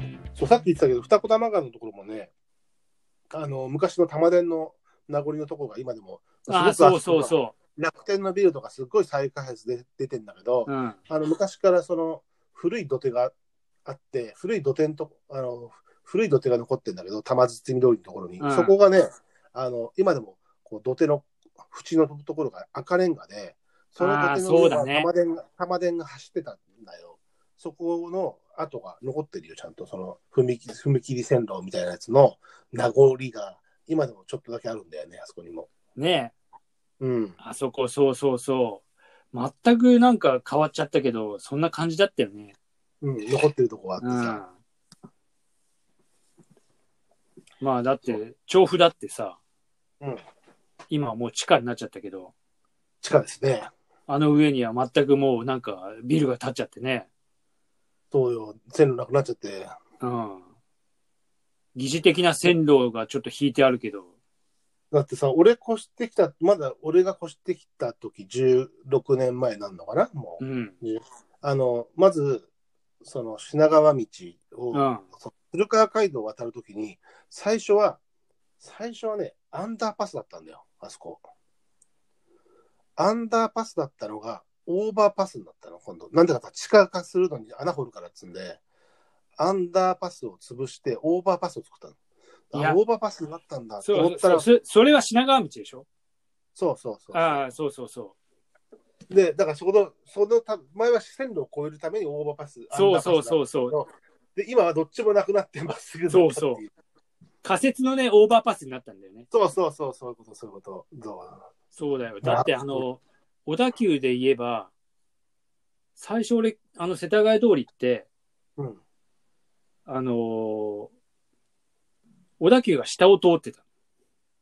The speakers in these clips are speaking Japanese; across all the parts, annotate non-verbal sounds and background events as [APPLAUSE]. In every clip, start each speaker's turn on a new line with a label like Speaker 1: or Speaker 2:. Speaker 1: 言ってたけど、二子玉川のところもね、あの、昔の玉田の名残のところが今でも、
Speaker 2: ああ、
Speaker 1: すごく
Speaker 2: そうそう
Speaker 1: う。
Speaker 2: そ
Speaker 1: 楽天のビルとかすっごい再開発で出てんだけど、
Speaker 2: う。うん。
Speaker 1: あの、昔からその、古い土手があって、古い土手のとこ、あの、古い土手が残ってんだけど、玉包み通りのところに、
Speaker 2: うん
Speaker 1: そこがね、あの、今でも、こう、土手の縁のところが赤レンガで、その土手の
Speaker 2: あーそ
Speaker 1: 上
Speaker 2: うだ
Speaker 1: は
Speaker 2: ね
Speaker 1: 玉電が、玉電が走ってたんだよ。そこの跡が残ってるよ、ちゃんと。その踏切、踏切線路みたいなやつの名残が、今でもちょっとだけあるんだよね、あそこにも。
Speaker 2: ねえ、
Speaker 1: うん。
Speaker 2: あそこ、そうそうそう。全くなんか変わっちゃったけど、そんな感じだったよね。
Speaker 1: うん、残ってるとこがあって
Speaker 2: う
Speaker 1: さ。
Speaker 2: ん。まあ、だって、調布だってさ、
Speaker 1: うん
Speaker 2: 今はもう地下になっちゃったけど、
Speaker 1: 地下ですね。
Speaker 2: あの上には全くもうなんかビルが建っちゃってね。
Speaker 1: そうよ、線路なくなっちゃって。
Speaker 2: うん。疑似的な線路がちょっと引いてあるけど、
Speaker 1: だってさ、俺越してきた、まだ俺が越してきた時16年前なんのかな、もう。
Speaker 2: うん。
Speaker 1: あの、まず、その品川道を、
Speaker 2: うん。
Speaker 1: その鶴川街道を渡るときに、最初は、最初はね、アンダーパスだったんだよ、あそこ。アンダーパスだったのが、オーバーパスになったの、今度。なんでかって地下化するのに穴掘るからっつうんで、アンダーパスを潰して、オーバーパスを作ったの。
Speaker 2: い
Speaker 1: あ
Speaker 2: や
Speaker 1: オーバーパスになったんだと
Speaker 2: そ
Speaker 1: 思
Speaker 2: う
Speaker 1: ったら、
Speaker 2: そ
Speaker 1: そう
Speaker 2: そそれは品川道でしょ
Speaker 1: そうそう
Speaker 2: ああ、そうそうそう。
Speaker 1: で、だからそこの、そのた前は線路を越えるためにオーバーパス、アン
Speaker 2: そ
Speaker 1: ダ
Speaker 2: う
Speaker 1: ーパスだった
Speaker 2: そうそうそう。
Speaker 1: で、今はどっちもなくなってまっすぐだったってい
Speaker 2: そう仮設のね、オーバーパスになったんだよね。
Speaker 1: そうそうそう、そういうこと、そういうこと。どう
Speaker 2: そうだよ。だって、
Speaker 1: あ
Speaker 2: あの、小田急で言えば、最初俺、あの、世田谷通りって、
Speaker 1: うん。
Speaker 2: あのー小田急が下を通ってた。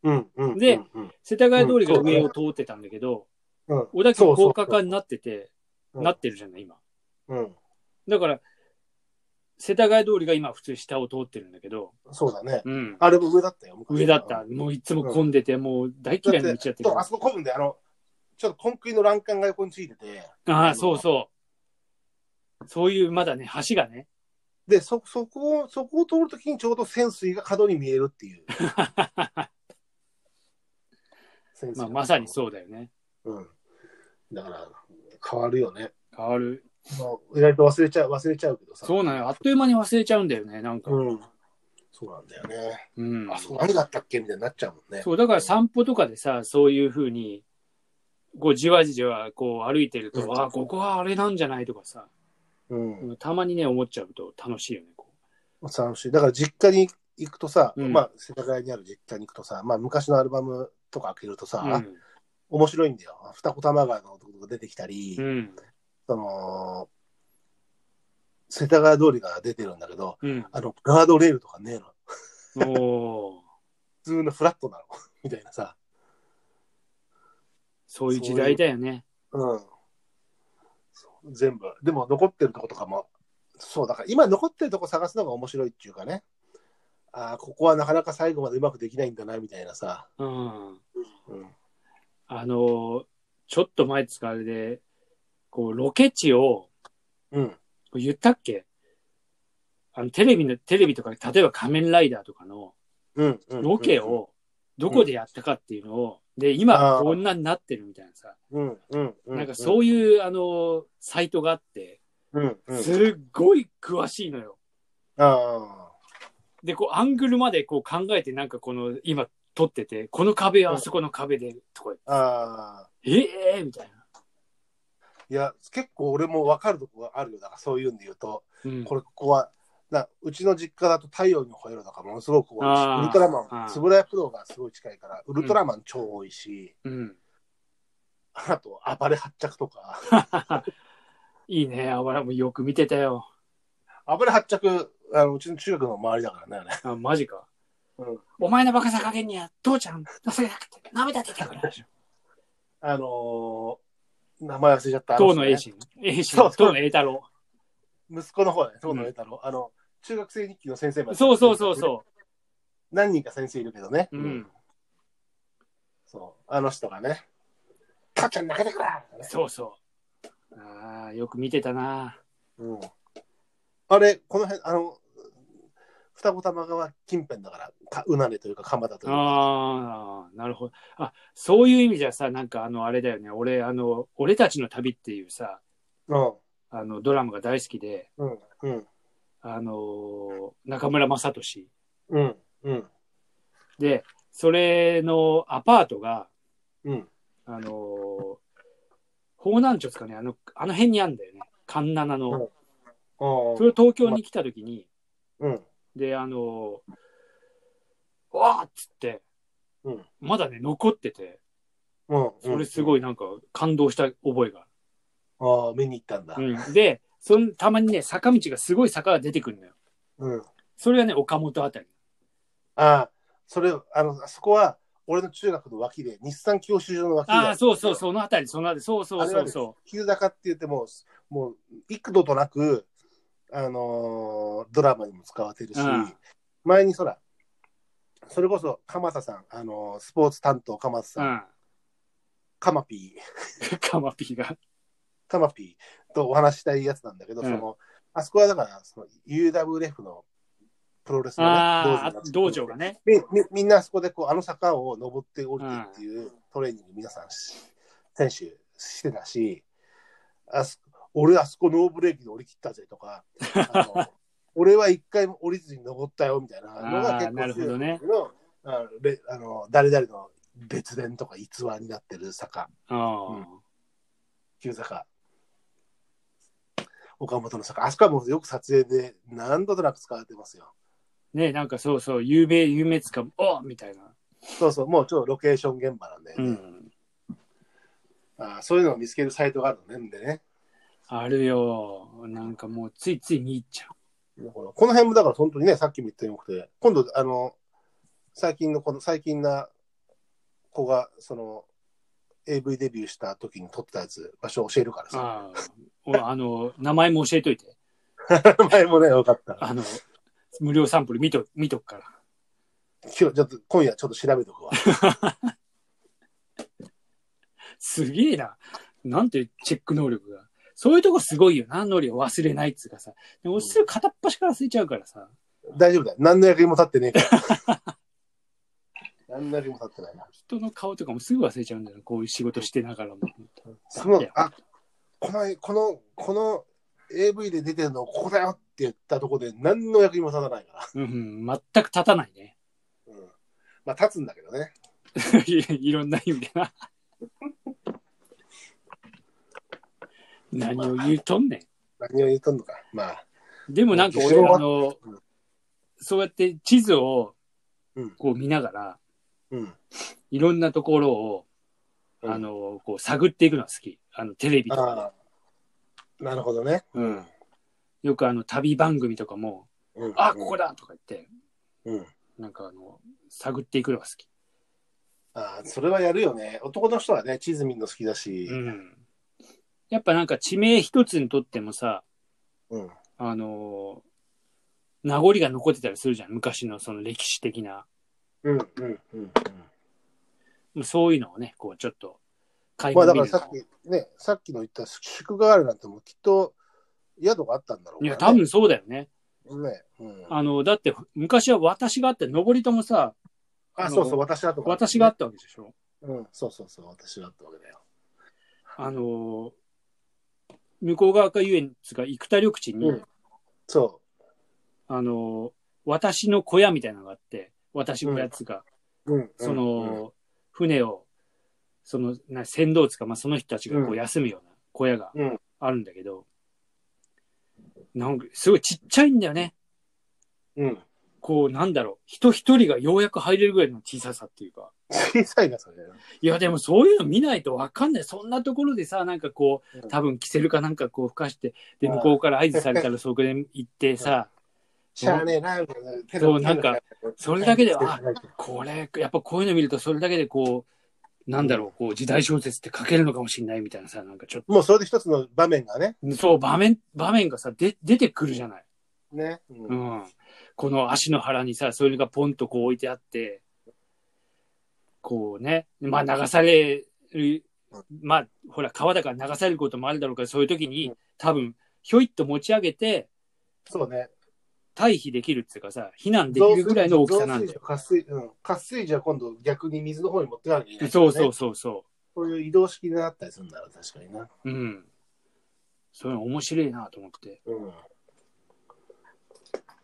Speaker 1: うん。うん。
Speaker 2: で
Speaker 1: うん、
Speaker 2: 世田谷通りが上を通ってたんだけど、
Speaker 1: うん。
Speaker 2: 小田急
Speaker 1: そうそうそう
Speaker 2: 高架化になってて、
Speaker 1: うん
Speaker 2: なってるじゃない、今。
Speaker 1: うん。
Speaker 2: だから、世田谷通りが今普通下を通ってるんだけど、
Speaker 1: そうだね。
Speaker 2: うん。
Speaker 1: あれも上だったよ、昔
Speaker 2: 上だった。。もういつも混んでて、もう大嫌いな道だった
Speaker 1: そ
Speaker 2: け
Speaker 1: う、
Speaker 2: ど。
Speaker 1: あ
Speaker 2: あ
Speaker 1: そこ混むんで、あの、ちょっとコンクリの欄干が横についてて、
Speaker 2: あー、そうそう。そういう、まだね、橋がね。
Speaker 1: で、そ、そこを、そこを通るときにちょうど潜水が角に見えるって
Speaker 2: [LAUGHS]
Speaker 1: いう。潜水
Speaker 2: まあ、まさにそうだよね。
Speaker 1: う。うん。だから、変わるよね。
Speaker 2: 変わる。
Speaker 1: まあ、意外と忘れちゃう、忘れちゃうけどさ。
Speaker 2: そうなのよ。あっという間に忘れちゃうんだよね、なんか。
Speaker 1: うん。そうなんだよね。
Speaker 2: うん。
Speaker 1: あそこ何だったっけみたいになっちゃうもんね。
Speaker 2: そう、だから散歩とかでさ、そういうふうに、こう、じわじわ、こう、歩いてると、
Speaker 1: うん
Speaker 2: ああ、ここはあれなんじゃないとかさ、
Speaker 1: うん。
Speaker 2: たまにね、思っちゃうと楽しいよね、こ
Speaker 1: 楽しい。だから実家に行くとさ、
Speaker 2: うん
Speaker 1: まあ世田谷にある実家に行くとさ、まあ昔のアルバムとか開けるとさ、
Speaker 2: う。うん。
Speaker 1: 面白いんだよ。二子玉川のとこが出てきたり、
Speaker 2: うん。
Speaker 1: その、世田谷通りが出てるんだけど、
Speaker 2: うん。
Speaker 1: あの、ガードレールとかねえの。
Speaker 2: おー
Speaker 1: 普通のフラットなの。 [LAUGHS] みたいなさ。
Speaker 2: そういう時代だよね。
Speaker 1: うん。そう全部。でも残ってるとことかも、そう、だから今残ってるとこ探すのが面白いっていうかね。ああ、ここはなかなか最後までうまくできないんだな、みたいなさ。
Speaker 2: うん。
Speaker 1: うん。
Speaker 2: あのー、ちょっと前使あれで、こう、ロケ地を、
Speaker 1: うん。
Speaker 2: これ言ったっけあの、テレビの、テレビとか、例えば仮面ライダーとかの
Speaker 1: うん。うん
Speaker 2: ロケを、どこでやったかっていうのを、で、今、
Speaker 1: あー
Speaker 2: こんなになってるみたいなさ、
Speaker 1: うんうんう
Speaker 2: なんかそういう、あの、サイトがあって、
Speaker 1: うんうん
Speaker 2: すっごい詳しいのよ。
Speaker 1: あ
Speaker 2: で、こう、アングルまでこう考えて、なんかこの、今、撮ってて、この壁はあそこの壁で、とか、
Speaker 1: あああ
Speaker 2: ええーみたいな。
Speaker 1: いや結構俺も分かるとこがあるよだからそういうんで言うと
Speaker 2: うん
Speaker 1: これここはなうちの実家だと「太陽に吠えろ」とかものすごく多いし
Speaker 2: あー
Speaker 1: ウルトラマ
Speaker 2: あ
Speaker 1: ン
Speaker 2: ー
Speaker 1: 円谷プロがすごい近いからウルトラマン超多いし、
Speaker 2: うん。
Speaker 1: あと暴れ発着とか
Speaker 2: いいね。あわらもよく見てたよ。
Speaker 1: 暴れ発着あのうちの中学の周りだからねあれ
Speaker 2: あ、マジか。
Speaker 1: うん
Speaker 2: お前のバカさ加減には、父ちゃん、情けなくて、涙
Speaker 1: [LAUGHS]
Speaker 2: 出てくるでしょ。
Speaker 1: あのー名前忘れちゃったあ
Speaker 2: 当
Speaker 1: 人
Speaker 2: の
Speaker 1: ね
Speaker 2: 栄心。栄
Speaker 1: そう、
Speaker 2: 心
Speaker 1: そう
Speaker 2: 当の栄太郎。
Speaker 1: 息子の方だね遠野栄太郎、あの中学生日記の先生まで
Speaker 2: そうそうそうそ
Speaker 1: 何人か先生いるけどね、
Speaker 2: う。うん。
Speaker 1: そう、あの人がね、母ちゃん泣けてくれ、
Speaker 2: そうそう。ああ、よく見てたな。
Speaker 1: うんあれ、この辺、あの、二子玉川近辺だから、かうなれというか、蒲田というか。
Speaker 2: ああ、なるほど。あ、そういう意味じゃさ、なんかあの、あれだよね。俺、あの、俺たちの旅っていうさ、
Speaker 1: うん。
Speaker 2: あの、ドラマが大好きで、
Speaker 1: うん。うん。
Speaker 2: あの、中村雅俊。
Speaker 1: うん。うん。
Speaker 2: で、それのアパートが、
Speaker 1: うん。
Speaker 2: あの、方南町ですかね、あの、あの辺にあんだよね。神
Speaker 1: う
Speaker 2: 奈の。
Speaker 1: んああ
Speaker 2: そ。れを東京に来た時に、
Speaker 1: うん。
Speaker 2: で、あの、わーっつって、
Speaker 1: うん。
Speaker 2: まだね、残ってて、
Speaker 1: うん。
Speaker 2: それす
Speaker 1: い。
Speaker 2: ごいなんか感動した覚えが
Speaker 1: ああ、見に行ったんだ
Speaker 2: あ。る。うん、で、そのたまにね、坂道がすごい坂が出てくるのよ。
Speaker 1: うん。
Speaker 2: それはね、岡本あたり。
Speaker 1: ああ、それ、あの、あそこは、俺の中学の脇で、日産教習所の脇で、
Speaker 2: ああ、そうそう、そのあたり、そのあたり、そうそうそうそ
Speaker 1: 急坂って言っても、もう、幾度となく、あのードラマにも使われてるし、
Speaker 2: うん
Speaker 1: 前にそら、それこそ、鎌田さん、あのースポーツ担当鎌田
Speaker 2: う。
Speaker 1: さ、
Speaker 2: うんん。
Speaker 1: 鎌ピー、
Speaker 2: カマピーが。
Speaker 1: 鎌ピーとお話ししたいやつなんだけど、
Speaker 2: うん
Speaker 1: その、あそこはだから、その UWF のプロレスの、
Speaker 2: ああ、
Speaker 1: 道
Speaker 2: 道
Speaker 1: 場
Speaker 2: 場
Speaker 1: が
Speaker 2: がね。
Speaker 1: でみみんなあそこでこうあの坂を登って降りてっていうトレーニング皆さんし選手してたしあそ俺あそこノーブレーキで降り切ったぜとかあ
Speaker 2: [LAUGHS]
Speaker 1: の俺は一回も降りずに登ったよみたいなのが結
Speaker 2: あーなる
Speaker 1: 構
Speaker 2: ほ
Speaker 1: 強
Speaker 2: ど
Speaker 1: い
Speaker 2: ね
Speaker 1: のあのれあの誰々の別伝とか逸話になってる坂
Speaker 2: うん。
Speaker 1: 急坂岡本の坂あそこはもうよく撮影で何度となく使われてますよ
Speaker 2: ね、なんかそうそう、有名、有名つかも、おみたいな。
Speaker 1: そうそうもうちょっとロケーション現場なんで、
Speaker 2: うん。
Speaker 1: あーそういうのを見つけるサイトがあるのね。んでね。
Speaker 2: あるよ。なんかもう、ついつい見入っちゃう。
Speaker 1: だからこの辺もだから本当にね、さっきも言ったように、今度、あの、最近の、この最近な子が、その、AV デビューした時に撮ってたやつ、場所教えるからさ。
Speaker 2: ああ。おあの、名前も教えといて。
Speaker 1: [LAUGHS] 前もね、分かった。
Speaker 2: あの、無料サンプル見と、見とくから。
Speaker 1: 今日、ちょっと、今夜ちょっと調べとくわ。
Speaker 2: すげえな。なんてチェック能力が。そういうとこすごいよな、ノリを忘れないっつうかさ。でも俺すぐ片っ端から忘れちゃうからさ。
Speaker 1: 大丈夫だよ。何の役にも立ってねえから。何の役にも立ってないな。
Speaker 2: 人の顔とかもすぐ忘れちゃうんだよ。こういう仕事してながらも。
Speaker 1: その、あ、この、この、この AV で出てるの、ここだよって言ったとこで、何の役にも立たないから。
Speaker 2: うんうん、全く立たないね。 [LAUGHS]
Speaker 1: うん。まあ、立つんだけどね。
Speaker 2: いろんな意味でな。何を言うとんね
Speaker 1: 何を言っとんのか。まあ、
Speaker 2: ん。でもなんか俺、
Speaker 1: 後ろは
Speaker 2: あの
Speaker 1: うん、
Speaker 2: そうやって地図を
Speaker 1: うん
Speaker 2: こう見ながら、
Speaker 1: うん。
Speaker 2: いろんなところを、
Speaker 1: うん
Speaker 2: あの、こう探っていくのは好き。あの、テレビとかで
Speaker 1: あ。あ、なるほどね。
Speaker 2: うん。よくあの、旅番組とかも、
Speaker 1: うん
Speaker 2: あ、ここだとか言って、
Speaker 1: うん。
Speaker 2: なんかあの、探っていくのが好き。
Speaker 1: ああ、それはやるよね。男の人はね、地図見るの好きだし。
Speaker 2: うん。やっぱなんか地名一つにとってもさ、
Speaker 1: うん。
Speaker 2: あのー名残が残ってたりするじゃん。昔のその歴史的な。
Speaker 1: うん。うん。うん。
Speaker 2: そういうのをね、こうちょっと、海
Speaker 1: まあ、
Speaker 2: 外
Speaker 1: だ
Speaker 2: 見
Speaker 1: から
Speaker 2: るの
Speaker 1: さっき、ね、さっきの言った宿があるなんてもきっと宿があったんだろう
Speaker 2: い
Speaker 1: からね、
Speaker 2: や、多分そうだよね。
Speaker 1: ね。うん。あ
Speaker 2: あの、だって昔は私があって、登りともさ、あの
Speaker 1: そうそう、私だとか、
Speaker 2: 私があっ。たわけでしょ。
Speaker 1: うん。そうそうそう、私だったわけだよ。
Speaker 2: あのー向こう側か遊園地が生田緑地に、
Speaker 1: うんそ
Speaker 2: あのー私の小屋みたいなのがあって、私小屋っつうか、
Speaker 1: う。うん。
Speaker 2: その、船を、その、な船頭つか、まあ、その人たちがこ
Speaker 1: う
Speaker 2: うん休むような小屋が
Speaker 1: うん
Speaker 2: あるんだけど、なんか、すごいちっちゃいんだよね。
Speaker 1: うん、うん。
Speaker 2: こう、なんだろう。人一人がようやく入れるぐらいの小ささっていうか。
Speaker 1: 小さいな、それ。
Speaker 2: いや、でもそういうの見ないとわかんない。そんなところでさ、なんかこ
Speaker 1: う
Speaker 2: う、
Speaker 1: ん
Speaker 2: 多分キセルかなんかこう吹かして、で、
Speaker 1: うん
Speaker 2: 向こうから合図されたらそこで行ってさ、
Speaker 1: しゃあねえな、みたいな手
Speaker 2: そ
Speaker 1: の
Speaker 2: うなんか、それだけではこれ、やっぱこういうの見るとそれだけでこう、なんだろう、こう、時代小説って書けるのかもしれないみたいなさ、なんかちょっと
Speaker 1: もうそれで一つの場面がね。
Speaker 2: そう、場面、場面がさ、で、出てくるじゃない。
Speaker 1: ね。う。
Speaker 2: うんん。この足の腹にさ、それがポンとこう置いてあって、こうね、まあ流される
Speaker 1: うん、
Speaker 2: まあ、ほら、川だから流されることもあるだろうから、そういう時
Speaker 1: う
Speaker 2: に、多分、ひょいっと持ち上げて、
Speaker 1: そうね。
Speaker 2: 退避できるっていうかさ、避難できるぐらいの大きさなんだよ。
Speaker 1: 活水うん、活水じゃ今度逆に水の方に持ってかなきゃいけない、。
Speaker 2: そうそううそうそ
Speaker 1: そういう移動式になったりするんだろう、確かにな。
Speaker 2: う。うん。そういうの面白いなと思って。
Speaker 1: うん。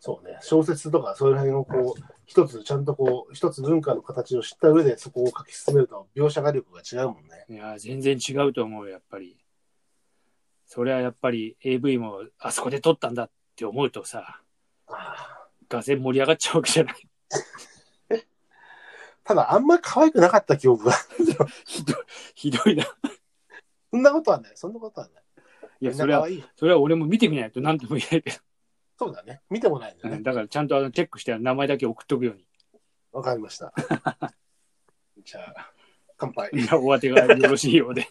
Speaker 1: そうね、小説とか、それら辺をこう、一つちゃんとこう、一つ文化の形を知った上で、そこを書き進めると、描写画力が違うもんね。
Speaker 2: いやー、全然違うと思うよ、やっぱり。それはやっぱり AV もあそこで撮ったんだって思うとさ、
Speaker 1: あ
Speaker 2: がぜん盛り上がっちゃうわけじゃない。
Speaker 1: ーただ、あんまり可愛くなかった記憶が。 [LAUGHS]
Speaker 2: ひどい、ひどいな。
Speaker 1: そんなことはない、そんなことはない。
Speaker 2: いや、
Speaker 1: みん
Speaker 2: そ
Speaker 1: な
Speaker 2: れ
Speaker 1: 可
Speaker 2: は、
Speaker 1: 愛いよ。
Speaker 2: それは俺も見てみないと何とも言えないけど。
Speaker 1: そうだね。見てもないんだ
Speaker 2: う
Speaker 1: ね
Speaker 2: ん。だからちゃんとあのチェックして名前だけ送っとくよ
Speaker 1: [LAUGHS]
Speaker 2: うに。
Speaker 1: わかりま
Speaker 2: [LAUGHS]
Speaker 1: した。じゃあ、乾杯。
Speaker 2: いや、お当てがよろしいようで。